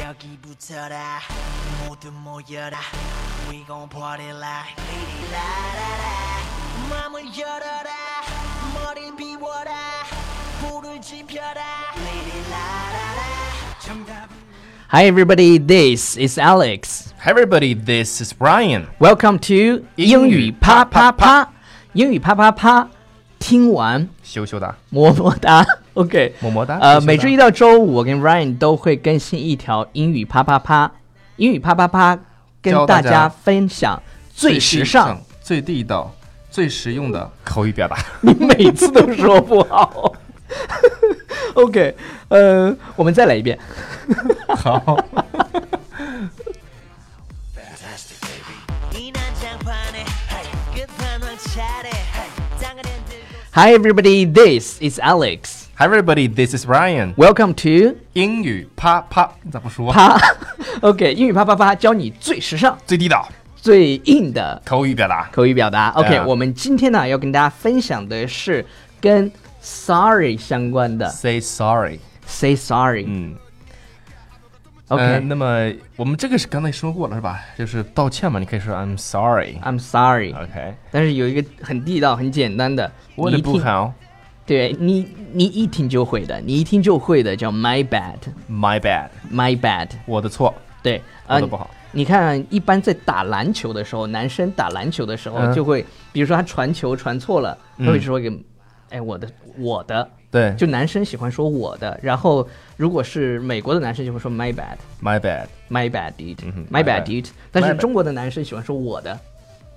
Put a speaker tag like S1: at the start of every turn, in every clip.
S1: 여기부터라 모두 모여라 We gon' party like lady 라라라 마음을 열어라 머리를 비워라 불을 지펴라 lady 라라라 정답은
S2: Hi everybody, this is Alex.
S3: Hi everybody, this is Brian.
S2: Welcome to 英
S3: 英
S2: 语
S3: 语
S2: 啪
S3: 啪
S2: 啪
S3: 啪
S2: 啪，英语啪啪啪，听完
S3: 羞羞的，
S2: 么么哒。OK，
S3: 么么哒
S2: 呃，
S3: 羞羞哒
S2: 每周一到周五，我跟 Ryan 都会更新一条英语啪啪啪，英语啪啪啪，跟
S3: 教
S2: 大
S3: 大
S2: 家
S3: 家
S2: 分享最时
S3: 地
S2: 尚。、
S3: 最地道、最实用的口语表达。
S2: 你每次都说不好。OK，呃，我们再来一遍。
S3: 好，
S1: 이 난장판에 hey, 끝판왕 차례 hey, 땅을 흔들고
S2: Hi everybody, this is Alex.
S3: Hi everybody, this is Ryan.
S2: Welcome to
S3: 英语啪啪，你咋不 说？
S2: 啪，OK，英语啪啪啪，教你最时尚、
S3: 最地道
S2: 最硬的
S3: 口语表达。
S2: 口语表达。OK，、
S3: Yeah
S2: 我们今天呢要跟大家分享的是跟 sorry 相关的
S3: Say sorry。
S2: ，say sorry。
S3: 嗯
S2: OK，、
S3: 呃那么我们这个是刚才说过了是吧？就是道歉嘛，你可以说 I'm sorry。
S2: I'm sorry，、
S3: OK，
S2: 但是有一个很地道、很简单的，
S3: 我
S2: 你
S3: 的啊
S2: 一
S3: 不
S2: 听，
S3: 好
S2: 对你，你一听就会的，你一听就会的，叫 my bad，my
S3: ，My bad，
S2: bad。
S3: 我的错，
S2: 对，
S3: 我
S2: 呃
S3: 的不好。
S2: 你看，一般在打篮球的时候，男生打篮球的时候
S3: 嗯
S2: 就会，比如说他传球传错了，他会说一个，哎，我的我的，
S3: 对，
S2: 就男生喜欢说我的。然后如果是美国的男生就会说 my bad。
S3: My bad。
S2: My bad dude,
S3: 嗯哼
S2: my
S3: ，my
S2: bad
S3: bad
S2: dude。但是
S3: bad
S2: 中国的男生喜欢说我的，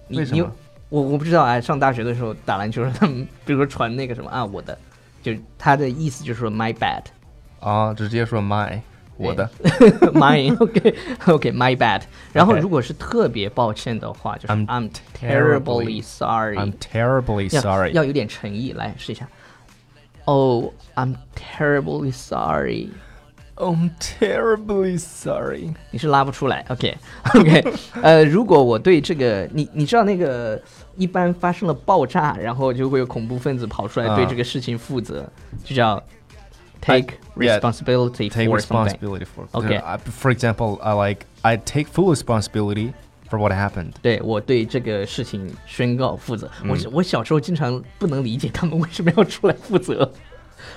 S2: 你
S3: 为什
S2: 你
S3: 么
S2: 我我不知道啊。上大学的时候打篮球的时候，他们比如说传那个什么啊，我的，就是他的意思就是说 my bad，
S3: 啊，直接说 my，我的。
S2: mine OK OK my bad。然后
S3: OK
S2: 如果是特别抱歉的话，就是
S3: I'm
S2: I'm terribly
S3: terribly-
S2: sorry，
S3: I'm terribly
S2: 要
S3: sorry。
S2: 要有点诚意，来试一下。Oh, I'm terribly sorry。
S3: I'm terribly sorry。
S2: 你是拉不出来。OK OK，呃， 如果我对这个，你你知道那个一般发生了爆炸，然后就会有恐怖分子跑出来
S3: 啊
S2: 对这个事情负责，就叫 take
S3: yeah,
S2: responsibility
S3: Take
S2: for something。
S3: responsibility for.
S2: Okay.
S3: I- for example, I like I take full responsibility for what happened.
S2: 对我对这个事情宣告负责。
S3: 嗯
S2: 我我小时候经常不能理解他们为什么要出来负责，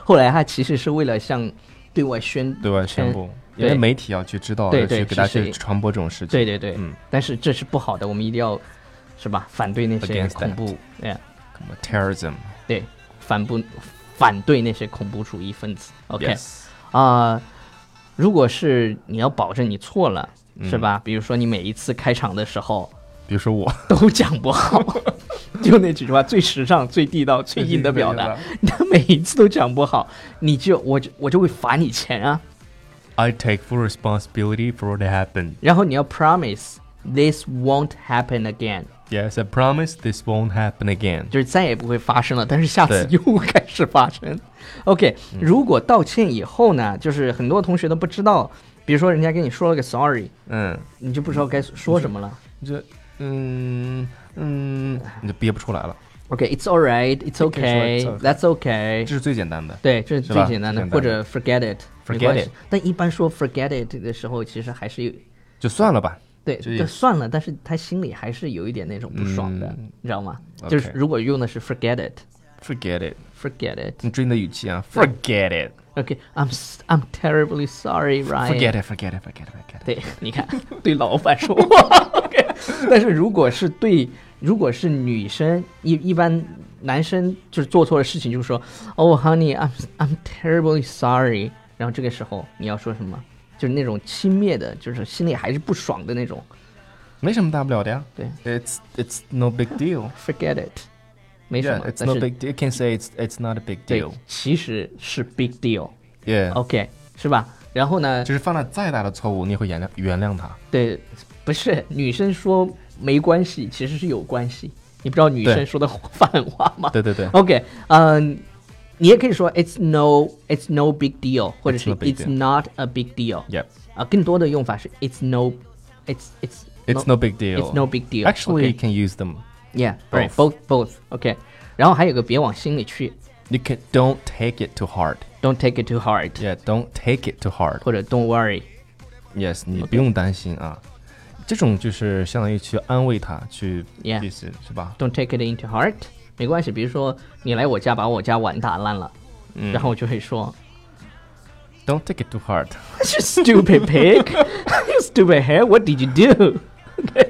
S2: 后来他其实是为了向对外宣
S3: 对外宣布，因
S2: 对
S3: 为媒体要去知道，
S2: 对
S3: 要
S2: 对
S3: 去给大家
S2: 是谁
S3: 去传播这种事情。
S2: 对对对，
S3: 嗯
S2: 但是这是不好的，我们一定要是吧？反对那些
S3: Against
S2: 恐怖，哎。
S3: Come on, terrorism.
S2: 对，反不反对那些恐怖主义分子。OK，啊
S3: Yes.、
S2: 如果是你要保证你错了，
S3: 嗯
S2: 是吧？比如说你每一次开场的时候
S3: 比如说我，
S2: 都讲不好，就那几句话最时尚、最地道、最硬的表达，你每一次都讲不好，你就我就我就会罚你钱啊。
S3: I take full responsibility for what happened.
S2: 然后你要 promise this won't happen again，
S3: Yes, I promise this won't happen again.
S2: 就是再也不会发生了，但是下次
S3: 对
S2: 又开始发生。OK，如果道歉以后呢，就是很多同学都不知道，比如说人家跟你说了个 sorry，
S3: 嗯，
S2: 你就不知道该说什么了。
S3: 你就嗯嗯，你就憋不出来了，
S2: OK，it's alright，it's
S3: 可以说 it's
S2: okay，that's okay
S3: 这。是最简单的。
S2: 对，这是
S3: 是
S2: 最
S3: 吧
S2: 简单的，
S3: 最简单的
S2: 或者 forget it，
S3: Forget
S2: 没关系
S3: it
S2: 但一般说 forget it 的时候，其实还是有
S3: 就算了吧。
S2: 对，
S3: 这也
S2: 就是算了，但是他心里还是有一点那种不爽的，你知道吗？
S3: 嗯 OK
S2: 就是如果用的是 forget it，forget
S3: Forget it，
S2: it。
S3: 你注意你的语气啊。Forget
S2: OK，I'm、I'm terribly sorry，Ryan。
S3: it，forget it，forget it，forget it，forget it。
S2: 对，你 看，对老板说 话。OK，但是如果是对，如果是女生，一一般男生就是做错了事情，就说，Oh honey，I'm I'm terribly sorry。然后这个时候你要说什么？就是那种轻蔑的，就是心里还是不爽的那种。
S3: 没什么大不了的呀。
S2: 对
S3: er ，It's it's no big deal.
S2: Forget it，没什
S3: Yeah,
S2: 么。
S3: it's
S2: 但
S3: no
S2: 是
S3: big deal. You can say it's it's not a big
S2: 对
S3: deal.，
S2: 其实是 big deal。
S3: Yeah，
S2: OK，是吧？然后呢
S3: 就？是犯了再大的错误，你也会原谅原谅他。
S2: 对，不是女生说没关系，其实是有关系。你不知道女生
S3: 对
S2: 说的反话 吗？
S3: 对对对
S2: OK，嗯、你也可以说 "It's no, it's no big deal"，或者是
S3: no big
S2: "It's
S3: deal.
S2: not a big deal"。
S3: Yep.
S2: 啊，更多的用法是 "It's no, it's it's
S3: It's no big deal.
S2: It's no big deal.
S3: Actually, you
S2: Okay.
S3: can use them.
S2: yeah,
S3: Both.
S2: both both OK。然后还有个别往心里去
S3: You can don't take it to heart.
S2: ，Don't take it too hard，
S3: Yeah, don't take it to heart.
S2: 或者 Don't worry。
S3: Yes，你不用担心啊。这种就是相当于去安慰他，去
S2: Yeah
S3: 意思是吧？
S2: Don't take it into heart，没关系。比如说你来我家把我家碗打烂了，
S3: 嗯
S2: 然后我就会说
S3: Don't take it too hard.
S2: You stupid pig, you stupid hair, what did you do？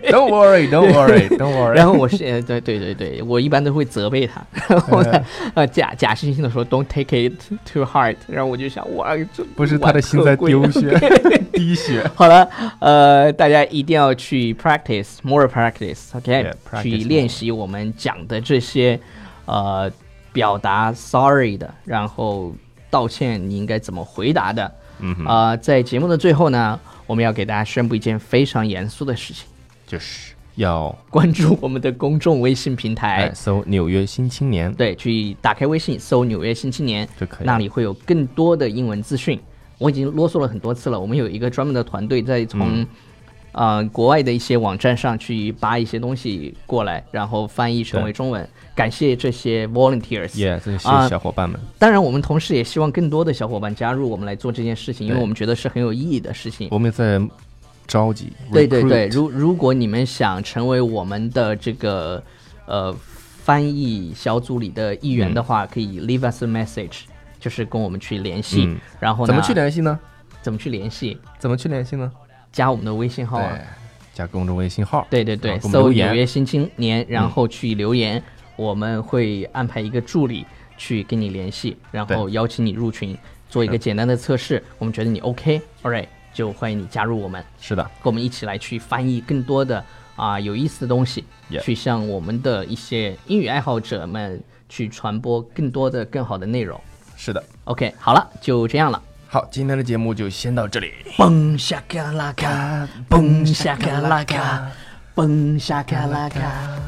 S3: Don't worry, don't worry, don't worry.
S2: 然后我是呃对对对对，我一般都会责备他， 然后
S3: 哎
S2: 呢呃假假惺惺的说 Don't take it too hard，然后我就想哇这
S3: 不是他的心 在
S2: 丢
S3: 丢血滴血。
S2: 好了，呃，大家一定要去 practice more practice，OK，、
S3: Yeah, practice
S2: 去
S3: more.
S2: 练习我们讲的这些，呃，表达 sorry 的，然后道歉你应该怎么回答的。
S3: 嗯哼，
S2: 啊、在节目的最后呢，我们要给大家宣布一件非常严肃的事情，
S3: 就是要
S2: 关注我们的公众微信平台
S3: 哎，搜《纽约新青年》
S2: 对，去打开微信搜“纽约新青年
S3: 就”，可以了。
S2: 那里会有更多的英文资讯。我已经啰嗦了很多次了，我们有一个专门的团队在
S3: 嗯
S2: 从、呃国外的一些网站上去扒一些东西过来，然后翻译成为
S3: 对
S2: 中文。感谢这些 volunteers。
S3: Yeah，这些
S2: 啊
S3: 小伙伴们，
S2: 当然，我们同时也希望更多的小伙伴加入我们来做这件事情，因为
S3: 对
S2: 我们觉得是很有意义的事情。
S3: 我们也在着急。
S2: 对对对，
S3: recruit
S2: 如如果你们想成为我们的这个呃翻译小组里的一员的话，可以 leave us a message，就是跟我们去联系。
S3: 嗯
S2: 然后呢
S3: 怎么去联系呢？
S2: 怎么去联系？
S3: 怎么去联系呢？
S2: 加我们的微信号啊
S3: 对。，加公众微信号。
S2: 对对对，
S3: 然哎啊后给我
S2: 搜“
S3: 们留
S2: 纽
S3: 言嗯
S2: 约新青年”，然后去留言，我们会安排一个助理去跟你联系，然后邀请你入群，做一个简单的测试。我们觉得你 OK，all、right，就欢迎你加入我们。
S3: 是的，
S2: 跟我们一起来去翻译更多的啊、有意思的东西
S3: Yeah
S2: 去向我们的一些英语爱好者们去传播更多的更好的内容。
S3: 是的。
S2: OK，好了，就这样了。
S3: 好，今天的节目就先到这里。
S2: 蹦下嘎啦嘎，蹦下嘎啦嘎，蹦下嘎啦嘎。